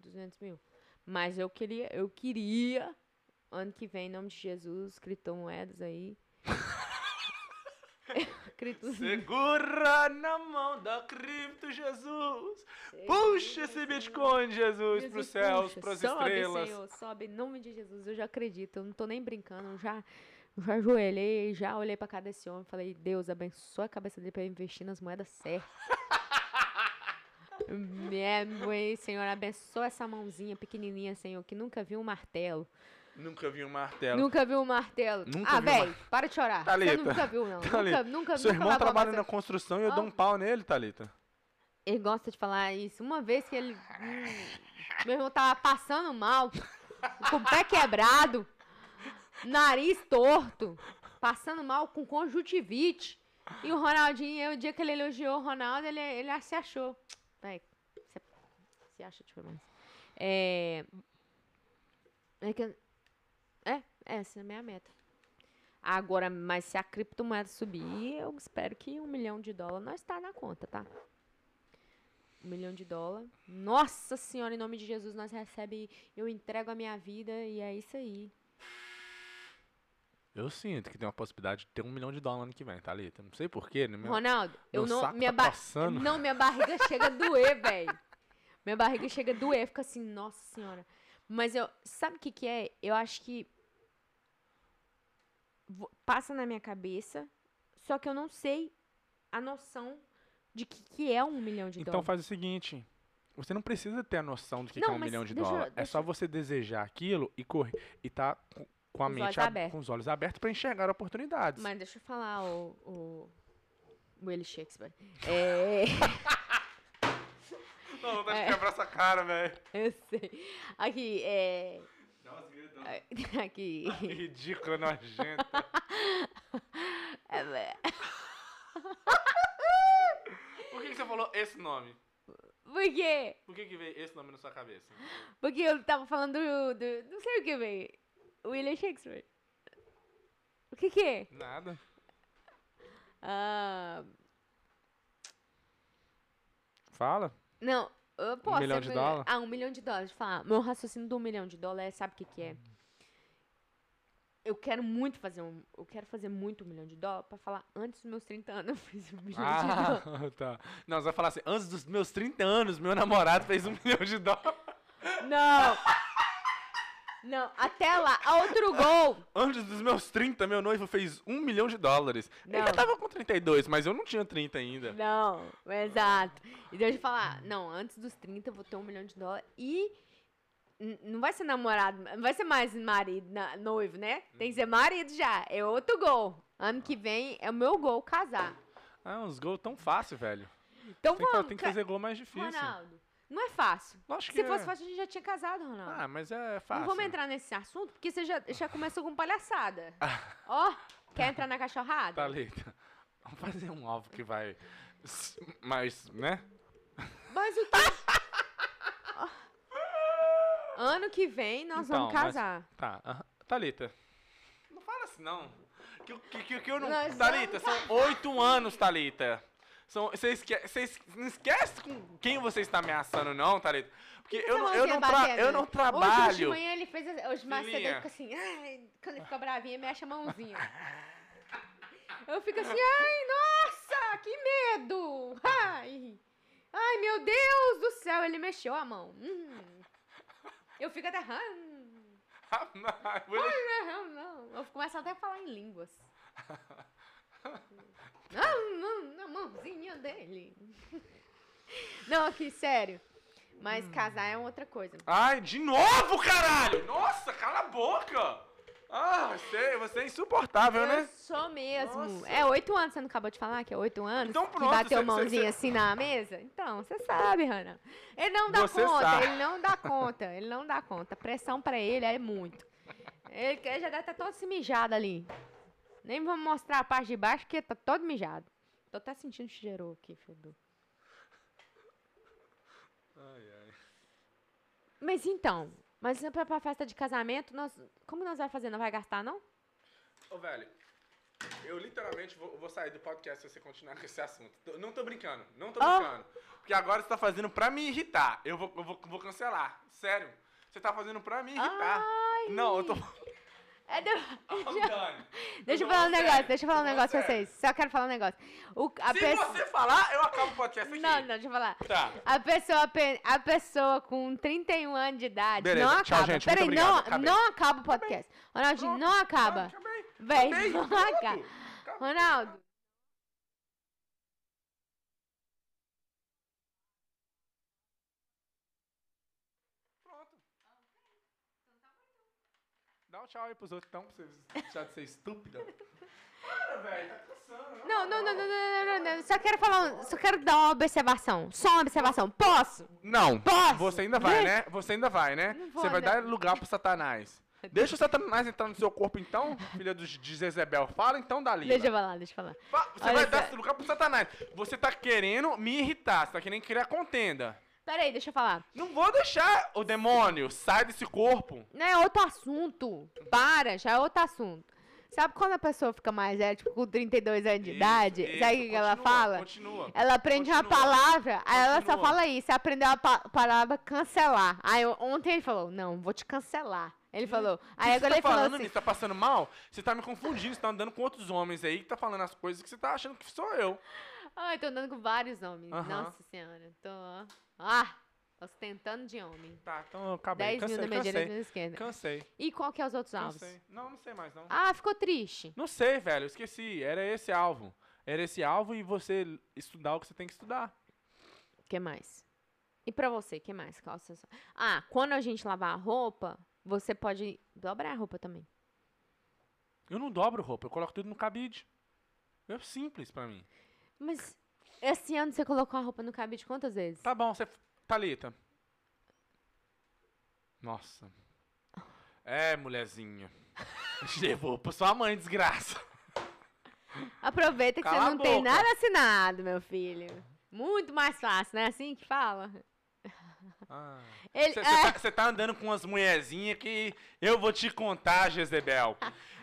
200 mil. Mas eu queria, eu queria, ano que vem, em nome de Jesus, criptomoedas aí. Cripto- Segura na mão da cripto, Jesus! Puxa esse Bitcoin, Jesus, Jesus, pros céus, puxa, pras sobe, estrelas. Senhor, sobe, em nome de Jesus, eu já acredito, eu não tô nem brincando, eu já, eu já ajoelhei, já olhei pra cara desse homem, falei, Deus, abençoa a cabeça dele pra eu investir nas moedas certas. é, mãe, Senhor, abençoa essa mãozinha pequenininha, Senhor, que nunca viu um martelo. Nunca vi um martelo. Nunca viu um martelo. Nunca ah, vi um mar- velho, para de chorar. Thalita, Você nunca viu, não. Thalita, Nunca, nunca, Seu nunca irmão lavou a trabalha massa- na construção e Ah. eu dou um pau nele, Thalita. Ele gosta de falar isso. Uma vez que ele. hum, meu irmão tava passando mal, com o pé quebrado, nariz torto, passando mal com conjuntivite. E o Ronaldinho, o dia que ele elogiou o Ronaldo, ele, ele se achou. Vai, se, se acha tipo mais. É. É que. eu- É, essa é a minha meta. Agora, mas se a criptomoeda subir, eu espero que um milhão de dólar não está na conta, tá? Um milhão de dólar. Nossa Senhora, em nome de Jesus, nós recebe. Eu entrego a minha vida e é isso aí. Eu sinto que tem uma possibilidade de ter um milhão de dólares no ano que vem, tá ali? Não sei porquê, né? Meu... Ronaldo, eu meu não. saco minha tá ba- coçando. Não, minha barriga chega a doer, velho. Minha barriga chega a doer, fica assim, nossa senhora. Mas eu. Sabe o que, que é? Eu acho que. vo- Passa na minha cabeça, só que eu não sei a noção de que, que é um milhão de Então dólares. faz o seguinte. Você não precisa ter a noção do que, que Não, é um mas milhão de deixa eu- dólares. É deixa só você desejar aquilo e correr e tá com, com a Com os olhos mente ab- abertos. com os olhos abertos pra enxergar oportunidades. Mas deixa eu falar o. O, o Eli Shakespeare. É. Não, não de É. quebrar essa cara, velho. Eu sei. Aqui, é. Nossa, que Aqui. ridícula, nojenta. É, Por que, que você falou esse nome? Por quê? Por que, que veio esse nome na sua cabeça? Porque eu tava falando do. do- não sei o que, velho. William Shakespeare. O que que é? Nada. Ah, Fala. não, eu posso. milhão eu- de dólar? Ah, um milhão de dólares. Deixa eu falar. Meu raciocínio do um milhão de dólar é, sabe o que que é? Eu quero muito fazer um. Eu quero fazer muito um milhão de dólar pra falar antes dos meus 30 anos eu fiz um milhão de dólar. Ah, tá. Não, você vai falar assim, antes dos meus 30 anos, meu namorado fez um milhão de dólares. Não! Não, até lá, outro gol! Antes dos meus 30, meu noivo fez um milhão de dólares. Ele já Não. tava com 32, mas eu não tinha 30 ainda. Não, exato. E deixa eu falar, não, antes dos 30 eu vou ter um milhão de dólares e n- não vai ser namorado, não vai ser mais marido, na- noivo, né? Tem que ser marido já, é outro gol. Ano que vem é o meu gol casar. Ah, uns gols tão fácil, velho. Então Tem que, vamos, tem que ca- fazer gol mais difícil. Ronaldo, não é fácil. Lógico que Se fosse é. fácil a gente já tinha casado, Ronaldo. Ah, mas é fácil. não vamos entrar nesse assunto porque você já, já começou com palhaçada. Ah. Ó, quer entrar na cachorrada? Tá, Thalita, vamos fazer um alvo que vai... s- Mais, né? Mas então, o que... Ano que vem nós Então, vamos mas- casar. Tá, aham. Thalita. Não fala assim, não. Que, eu- que, que, que eu não... Nós tá- Thalita, são oito anos, Thalita. São, você esque- você es- não esquece com quem você está ameaçando, não, Thalita. Porque eu, Essa não, eu, mãozinha não tra- batendo. eu não Hoje de trabalho. manhã ele fez. assim- Hoje mais cedo ele Filhinha. fica assim. Ai, quando ele fica bravinho, mexe a mãozinha. Eu fico assim. Ai, nossa, que medo! Ai, ai meu Deus do céu, ele mexeu a mão. Hum. Eu fico até. hum, Ah, não, eu- Não, não, Eu começo até a falar em línguas. Não, não, na mãozinha dele. Não, aqui, sério. Mas casar é outra coisa. Ai, de novo, caralho! Nossa, cala a boca! Ah, você, você é insuportável, Eu né? sou mesmo. Nossa. É oito anos, você não acabou de falar que é oito anos? Então pronto, que bateu cê- mãozinha cê- assim na mesa? Então, você sabe, Hannah. Ele não dá Você conta, sabe. ele não dá conta, ele não dá conta. A pressão pra ele é muito. Ele, que- ele já deve estar todo se mijado ali. Nem vamos mostrar a parte de baixo, porque tá todo mijado. Tô até sentindo cheirou aqui, fedor. Ai, ai. Mas então, mas pra, pra festa de casamento, nós, como nós vai fazer? Não vai gastar, não? Ô, velho, eu literalmente vou, vou sair do podcast se você continuar com esse assunto. Tô- não tô brincando, não tô Ah. brincando. Porque agora você tá fazendo pra me irritar. Eu vou, eu vou, vou cancelar, sério. Você tá fazendo pra me irritar. Ai. Não, eu tô... É, deu- Dani, Deixa tô eu falar um falando negócio, sério, deixa eu falar um tô falando negócio pra sério. vocês. Só quero falar um negócio. O, a Se pessoa- você falar, eu acabo o podcast aqui. Não, não, deixa eu falar. Tá. A pessoa, pe- a pessoa com 31 anos de idade Beleza, não tchau, acaba. gente, muito Peraí, obrigado, não, acabei. não acaba o podcast. Ronaldinho, Pronto, não acaba. Ah, Acabei. Véi, acabei, não pronto. acaba. Ronaldo. Pronto. Dá um tchau aí pros outros, então, pra vocês deixarem de ser estúpida. Para, velho, tá cansando. Não, não, não, não, não, não, não, não. Só quero falar, um- só quero dar uma observação. Só uma observação. Posso? Não, Posso? você ainda vai, né? Você ainda vai, né? Não vou, Você vai né? dar lugar pro Satanás. Deixa o Satanás entrar no seu corpo, então, filha do- de Zezebel. Fala então, Dalila. Deixa eu falar, deixa eu falar. Fa- Você Olha vai só. dar esse lugar pro Satanás. Você tá querendo me irritar, você tá querendo criar contenda. Peraí, deixa eu falar. Não vou deixar o demônio, sai desse corpo. Não é outro assunto. Para, já é outro assunto. Sabe quando a pessoa fica mais velha, tipo, com 32 anos de Isso, idade? isso, sabe o que que ela continua, fala? Continua. Ela aprende uma Continua. palavra, aí ela só Continua. fala isso. Aprendeu a pa- palavra cancelar. Aí eu- ontem ele falou, não, vou te cancelar. Ele falou. Aí você agora tá ele falou falando assim, nisso? Tá passando mal? Você tá me confundindo, você tá andando com outros homens aí que tá falando as coisas que você tá achando que sou eu. ai, tô andando com vários homens. Aham. Nossa senhora, tô, ó. Ah, ostentando de homem. Tá, então acabei. 10 mil cansei, na minha cansei, direita e na esquerda. Cansei, E qual que é os outros alvos? cansei. Não, não sei mais, não. Ah, ficou triste. Não sei, velho, eu esqueci. Era esse alvo. Era esse alvo e você estudar o que você tem que estudar. O que mais? E pra você, o que mais? Qual seus- Ah, quando a gente lavar a roupa, você pode dobrar a roupa também. Eu não dobro roupa, eu coloco tudo no cabide. É simples pra mim. Mas esse ano você colocou a roupa no cabide quantas vezes? Tá bom, você. Thalita. Nossa. É, mulherzinha. Levou pra sua mãe, desgraça. Aproveita que Cala você a não tem boca. nada assinado, meu filho. Muito mais fácil, não é assim que fala? Ah. Ele, Você é, tá, cê tá andando com umas mulherzinhas que eu vou te contar, Jezebel.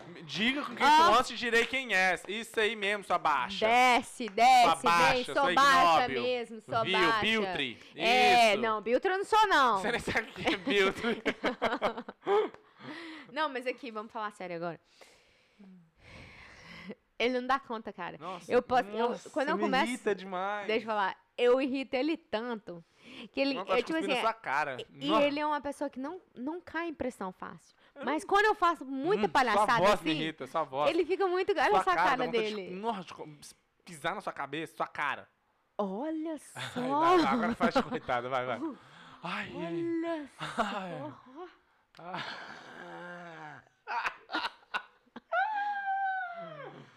Me Diga com quem tu Ó. antes direi quem é. Isso aí mesmo, sua baixa. desce, desce, baixa, vem, sua sou baixa ignóbil. mesmo, sou Viu, baixa. Biltri. É, Isso. não, Biltra eu não sou, não. Você nem sabe o que é Biltri. Não, mas aqui, vamos falar sério agora. Ele não dá conta, cara. Nossa, Eu posso- eu- quando eu me começo- irrita demais. Deixa eu falar, eu irrito ele tanto que ele, Nossa, eu, acho que tipo cuspir assim, na sua cara. e Nossa, ele é uma pessoa que não, não cai em pressão fácil. Mas quando eu faço muita hum, palhaçada Sua voz me é assim, irrita, sua voz. ele fica muito, olha sua essa cara, cara, dá vontade de- dele. nossa, de co- pisar na sua cabeça, sua cara. Olha Ai, vai, vai, só. agora faz de coitada, vai, vai. Ai, ai. Olha Ai. só. Ah.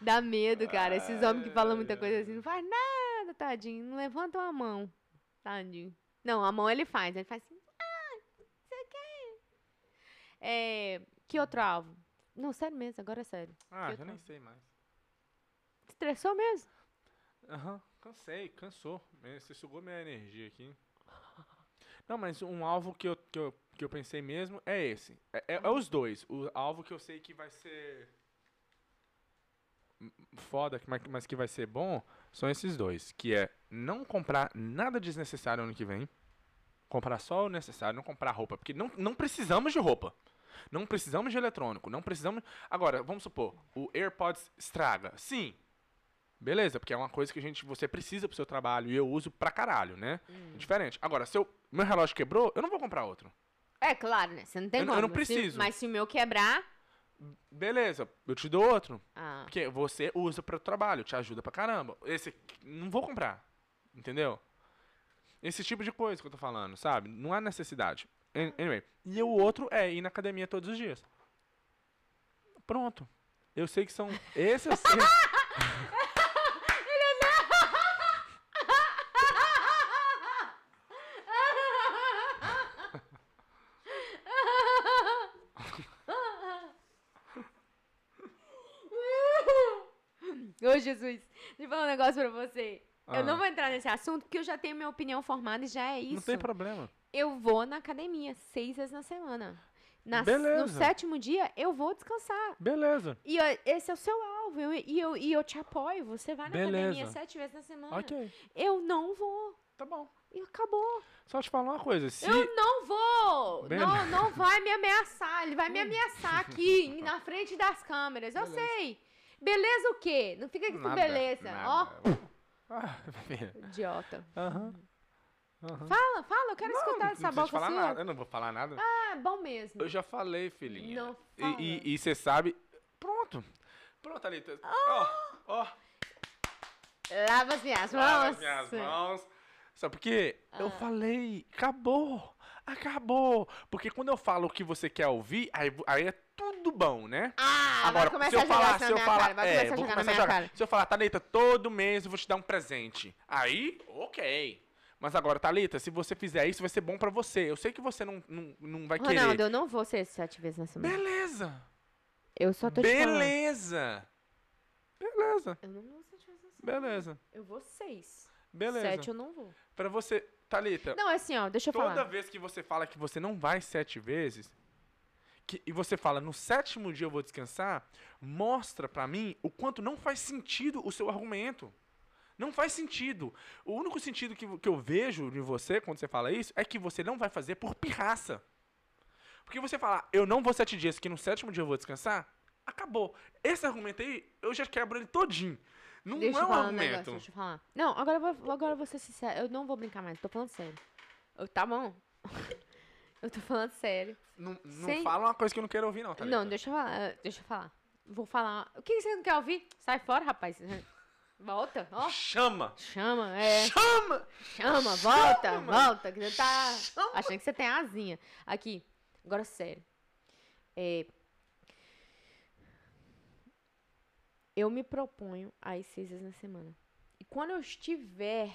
Dá medo, cara. Esses homens que falam muita Ai, coisa assim, não faz nada, tadinho. Não levanta uma mão. Tadinho. Não, a mão ele faz. Ele faz assim, ah, é isso aqui. É, que outro alvo? Não, sério mesmo, agora é sério. Ah, Eu já tô- nem sei mais. Estressou mesmo? Aham, cansei, cansou. É, Você sugou minha energia aqui. Não, mas um alvo que eu, que eu, que eu pensei mesmo é esse. É, é- é os dois. O alvo que eu sei que vai ser m- foda, que- mas, mas que vai ser bom, são esses dois. Que é não comprar nada desnecessário ano que vem. Comprar só o necessário, não comprar roupa. Porque não, não precisamos de roupa. Não precisamos de eletrônico. Não precisamos. Agora, vamos supor, o AirPods estraga. Sim, Beleza, porque é uma coisa que a gente, você precisa pro seu trabalho e eu uso pra caralho, né? Hum. Diferente. Agora, se eu, meu relógio quebrou, eu não vou comprar outro. É claro, né? Você não tem Eu não- como. eu não mas se- preciso. mas se o meu quebrar. Beleza, eu te dou outro. Ah, Porque você usa pro trabalho, te ajuda pra caramba. Esse aqui, não vou comprar. Entendeu? Esse tipo de coisa que eu tô falando, sabe? Não há necessidade. An- Anyway. E o outro é ir na academia todos os dias. Pronto. Eu sei que são. Esse eu sei. Ô, Jesus, deixa eu falar um negócio pra você. Ah. Eu não vou entrar nesse assunto porque eu já tenho minha opinião formada e já é isso. Não tem problema. Eu vou na academia seis vezes na semana. Na- no Beleza. sétimo dia, eu vou descansar. Beleza. E ó, esse é o seu alvo. eu- e, eu, e eu te apoio. Você vai na academia Beleza. sete vezes na semana. Ok. Eu não vou. Tá bom. E acabou. Só te falar uma coisa. Se. Eu não vou! Beleza. Não, não vai me ameaçar. Ele vai me ameaçar aqui, na frente das câmeras. Eu Hum. Beleza. sei. Beleza o quê? Não fica aqui com beleza. Ó. Ah, filha. Ó, idiota. Aham. Aham. Fala, fala, eu quero escutar essa não precisa boca falar sua. nada. Eu não vou falar nada. Ah, é bom mesmo. Eu já falei, filhinha. Não E- fala. E você sabe. Pronto. Pronto, Thalita. Ah. Ó, ó. Lava as minhas mãos. lava as minhas mãos. Sabe por quê? Eu Ah. falei, acabou. Acabou. Porque quando eu falo o que você quer ouvir, aí, vo- aí é tudo bom, né? Ah, vai Agora, começar se eu a jogar falar, isso se na eu minha falar, cara. Vai é, começar a vou jogar na começar a minha jogar. cara. Se eu falar, Thalita, todo mês eu vou te dar um presente. Aí, ok. Mas agora, Thalita, se você fizer isso, vai ser bom pra você. Eu sei que você não, não, não vai querer. Ronaldo, eu não vou ser sete vezes na semana. Beleza. Eu só tô te falando. Beleza. Beleza. Eu não vou sete vezes na semana. Beleza. Eu vou seis. Beleza. Sete eu não vou. Pra você. Thalita, Não, é assim, ó, deixa eu toda falar. vez que você fala que você não vai sete vezes, que- e você fala, no sétimo dia eu vou descansar, mostra pra mim o quanto não faz sentido o seu argumento. Não faz sentido. O único sentido que, vo- que eu vejo de você quando você fala isso é que você não vai fazer por pirraça. Porque você falar, eu não vou sete dias, que no sétimo dia eu vou descansar, acabou. Esse argumento aí, eu já quebro ele todinho. Não Deixa é eu um falar um negócio, argumento. deixa eu falar. Não, agora eu vou, agora eu vou ser sincera. Eu não vou brincar mais, tô falando sério. Eu- tá bom. eu tô falando sério. não não Sem- fala uma coisa que eu não quero ouvir, não, tá Thalita. Não, deixa eu falar. eh, Deixa eu falar. Vou falar. O que que você não quer ouvir? Sai fora, rapaz. Volta, ó. Chama! Chama, é. Chama! Chama, volta, Chama! volta. Que você tá Chama! achando que você tem asinha. Aqui, agora sério. É, eu me proponho a ir seis vezes na semana. E quando eu estiver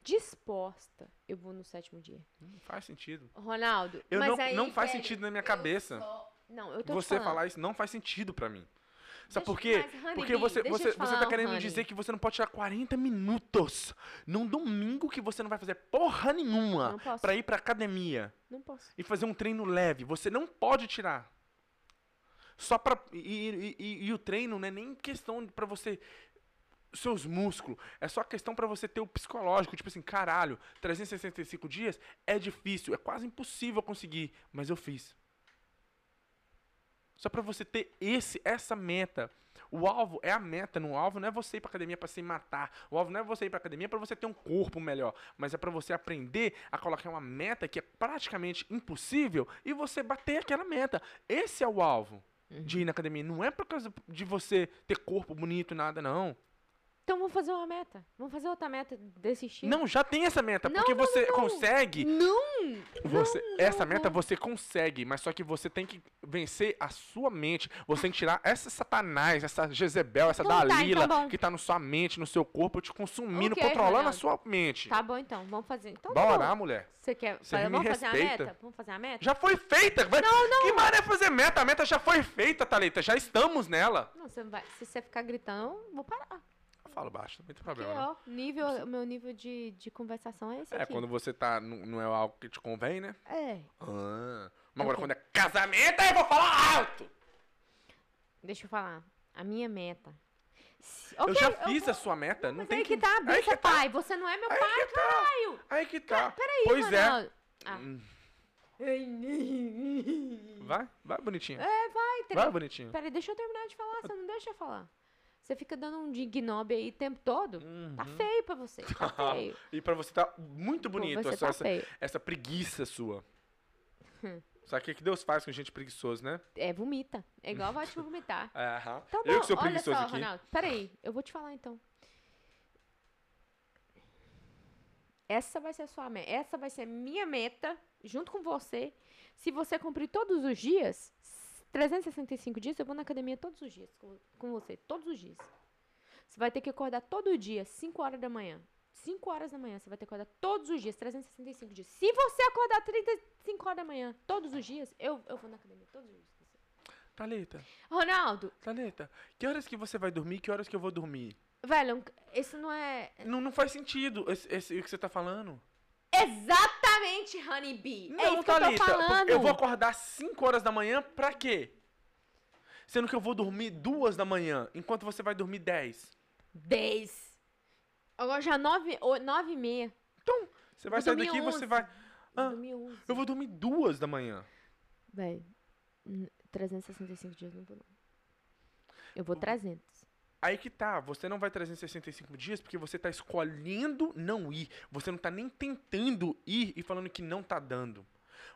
disposta, eu vou no sétimo dia. Não faz sentido. Ronaldo, Eu mas não, aí, não faz velho, sentido na minha eu cabeça. só- Não, eu tô te Você falando. falar isso não faz sentido pra mim. Sabe Deixa- por quê? mas, honey Porque bee, você, deixa eu você, você te tá falar, querendo honey. dizer que você não pode tirar 40 minutos num domingo que você não vai fazer porra nenhuma Não posso. pra ir pra academia Não posso. e fazer um treino leve. Você não pode tirar. Só pra. E, e- e- e o treino não é nem questão pra você. Seus músculos. É só questão pra você ter o psicológico. Tipo assim, caralho, 365 dias é difícil, é quase impossível eu conseguir, mas eu fiz. Só pra você ter esse, essa meta. O alvo é a meta, no alvo não é você ir pra academia pra se matar. O alvo não é você ir pra academia pra você ter um corpo melhor, mas é pra você aprender a colocar uma meta que é praticamente impossível e você bater aquela meta. Esse é o alvo Uhum. de ir na academia, não é por causa de você ter corpo bonito nada não. Então vamos fazer uma meta. Vamos fazer outra meta desse estilo. Não, já tem essa meta, Não, porque não, você não. consegue Não! Você- essa não, meta não. você consegue, mas só que você tem que vencer a sua mente. Você tem que tirar essa Satanás, essa Jezebel, essa Então tá, Dalila então bom. que tá na sua mente, no seu corpo, te consumindo, Ok, controlando a Ronaldo. sua mente. Tá bom então, vamos fazer. Então tá Bora, bom. mulher. Você quer Você me fazer? Vamos fazer respeita. a meta? Vamos fazer a meta? Já foi feita! Vai... Não, não! Que maneira é fazer meta? A meta já foi feita, Thalita. Já estamos nela. Não, você não vai. Se você ficar gritando, eu vou parar. Eu falo baixo, não tem Porque, problema. não. ó, nível, o meu nível de, de conversação é esse É, aqui. quando você tá. Não não é algo que te convém, né? É. Ah. Mas agora Ok. quando é casamento, aí eu vou falar alto! Deixa eu falar. A minha meta. Se- eu ok, já fiz vou- a sua meta. Não Mas tem aí que, tá, Aí bicha, que tá. pai. Você não é meu pai, que tá. caralho. Aí que tá. Peraí, pois é. Ronaldo. Ah. Hum. Ai, Vai, vai bonitinho. É, Peraí, Vai bonitinho. Peraí, deixa eu terminar de falar, você não deixa eu falar. Você fica dando um dignob aí o tempo todo. Tá Uhum. feio pra você. Tá feio. E pra você tá muito Pô, bonito você essa, tá essa, feio. Hum. essa preguiça sua. Sabe o que que Deus faz com gente preguiçosa, né? É, vomita. É igual vai te vomitar. Aham. Tá bom, eu que sou olha preguiçoso só, aqui. Ronaldo. Peraí, eu vou te falar então. Essa vai ser a sua meta. Essa vai ser a minha meta, junto com você. Se você cumprir todos os dias, 365 dias, eu vou na academia todos os dias com, com você, todos os dias. Você vai ter que acordar todo dia, 5 horas da manhã. 5 horas da manhã, você vai ter que acordar todos os dias, 365 dias. Se você acordar 35 horas da manhã, todos os dias, eu, eu vou na academia todos os dias. com você. Thalita, Ronaldo, Thalita, que horas que você vai dormir que horas que eu vou dormir? Velho, isso não é. Não, não faz sentido esse, esse- o que você tá falando. Exatamente, Honey Bee. é isso que eu tô falando. porque eu vou acordar 5 horas da manhã pra quê? Sendo que eu vou dormir duas da manhã, enquanto você vai dormir 10. 10. Agora já 9 nove e meia. Então, você vai Vou sair dormir daqui e você 11. vai... Ah, Dormi 11. eu vou dormir duas da manhã. Véi, n- 365 dias não vou, não. Eu vou 300. Aí que tá, você não vai 365 dias porque você tá escolhendo não ir. Você não tá nem tentando ir e falando que não tá dando.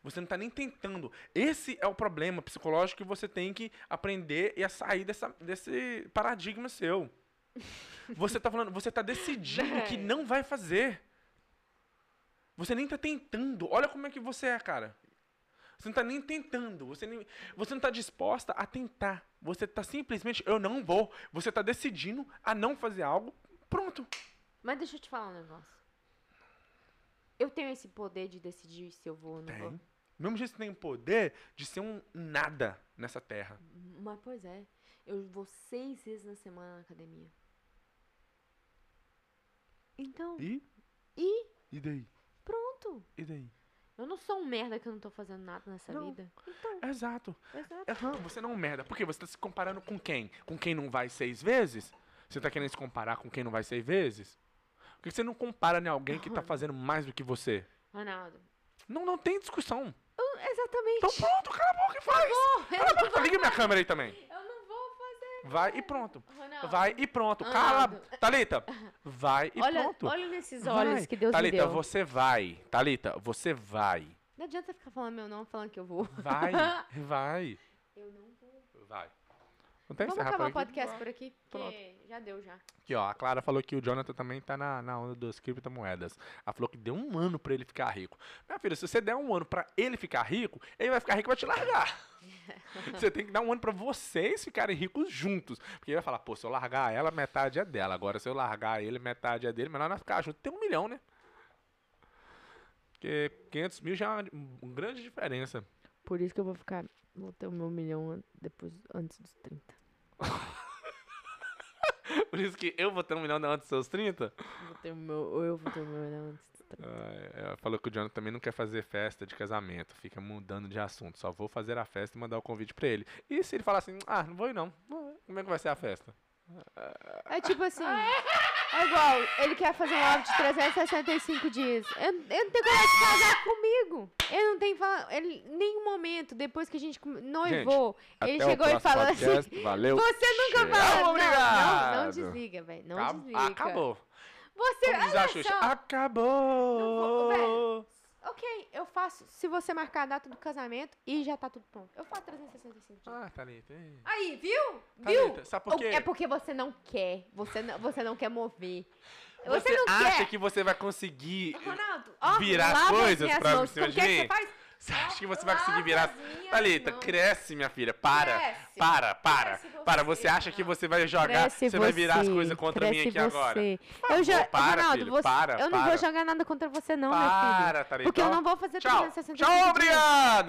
Você não tá nem tentando. Esse é o problema psicológico que você tem que aprender e a sair dessa- desse paradigma seu. Você tá falando, você tá decidindo que não vai fazer. Você nem tá tentando. Olha como é que você é, cara. Você não tá nem tentando. Você, nem, você não tá disposta a tentar. Você tá simplesmente, eu não vou. Você tá decidindo a não fazer algo. Pronto. Mas deixa eu te falar um negócio. Eu tenho esse poder de decidir se eu vou ou não vou. Tem. Mesmo jeito que você tem o poder de ser um nada nessa terra. Mas pois é. Eu vou seis vezes na semana na academia. Então, E? E? E daí? pronto. E daí? Eu não sou um merda que eu não tô fazendo nada nessa Não. vida. Então, Exato. exato. Aham, você não é um merda. Por quê? Você tá se comparando com quem? Com quem não vai seis vezes? Você tá querendo se comparar com quem não vai seis vezes? Por que você não compara em alguém que tá fazendo mais do que você? Ronaldo. Não, não tem discussão. Eu- exatamente. Então pronto, cala a boca e faz. Cala a boca, liga minha câmera aí também. Eu não vou fazer, Vai e pronto. Ronaldo. Vai e pronto. Ah, Cala, Naldo. Thalita. Vai e olha, pronto. olha nesses olhos Vai. que Deus Thalita, me deu. você vai. Thalita, você vai. Não adianta ficar falando meu nome, falando que eu vou. Vai, vai, Eu não vou. vai. Não tem Vamos encerrar por acabar o aqui? podcast por aqui, Pronto. porque já deu já. Aqui, ó, a Clara falou que o Jonathan também tá na, na onda das criptomoedas. Ela falou que deu um ano pra ele ficar rico. Minha filha, se você der um ano pra ele ficar rico, ele vai ficar rico e vai te largar. você tem que dar um ano pra vocês ficarem ricos juntos. Porque ele vai falar, pô, se eu largar ela, metade é dela. Agora, se eu largar ele, metade é dele. Melhor nós ficar juntos. Tem um milhão, né? Porque 500 mil já é uma, uma grande diferença. Por isso que eu vou ficar, vou ter o meu milhão an- depois, antes dos 30. Por isso que eu vou ter um milhão antes dos seus 30. Vou ter o meu, ou eu vou ter o meu milhão antes dos 30. Ah, Ela falou que o Jonathan também não quer fazer festa de casamento, fica mudando de assunto. Só vou fazer a festa e mandar o convite pra ele. E se ele falar assim, ah, não vou ir não. Ah, Como é que vai ser a festa? É tipo assim, é igual, ele quer fazer um live de 365 dias. Eu, eu não tenho coragem de casar comigo. Ele não tem fala, ele, em nenhum momento, depois que a gente come- noivou, ele Até o chegou e próximo falou assim, podcast, Valeu. Você nunca Tchau, vai. Não, obrigado. Não, não desliga, velho. Não Acab- desliga. Acabou. Você. Como diz a olha Xuxa, "Ah." só. Não acabou. vou- Ok, eu faço. Se você marcar a data do casamento e já tá tudo pronto. Eu faço 365 dias. Ah, Thalita. ih. Aí, viu? Viu? Thalita, sabe por quê? É porque você não quer. Você não, você não quer mover. Você, Você não acha quer. que você vai conseguir... Ronaldo, ó, virar lava assim as coisas minhas pra mãos. cima Como de que é mim? que você faz? Você acha que você vai conseguir virar... Lava assim as minhas Thalita, mãos. cresce, minha filha. Para. Cresce. Para, para. Cresce você, para, você acha que Ronaldo. você vai jogar... Cresce você vai virar as você, coisas contra mim cresce aqui agora. você. Eu já, para, Ronaldo, filho, você- para, eu não vou para. jogar nada contra você não, meu filho. Para, Thalita. Porque eu ó. não vou fazer Tchau. 365 Tchau, dias. obrigado.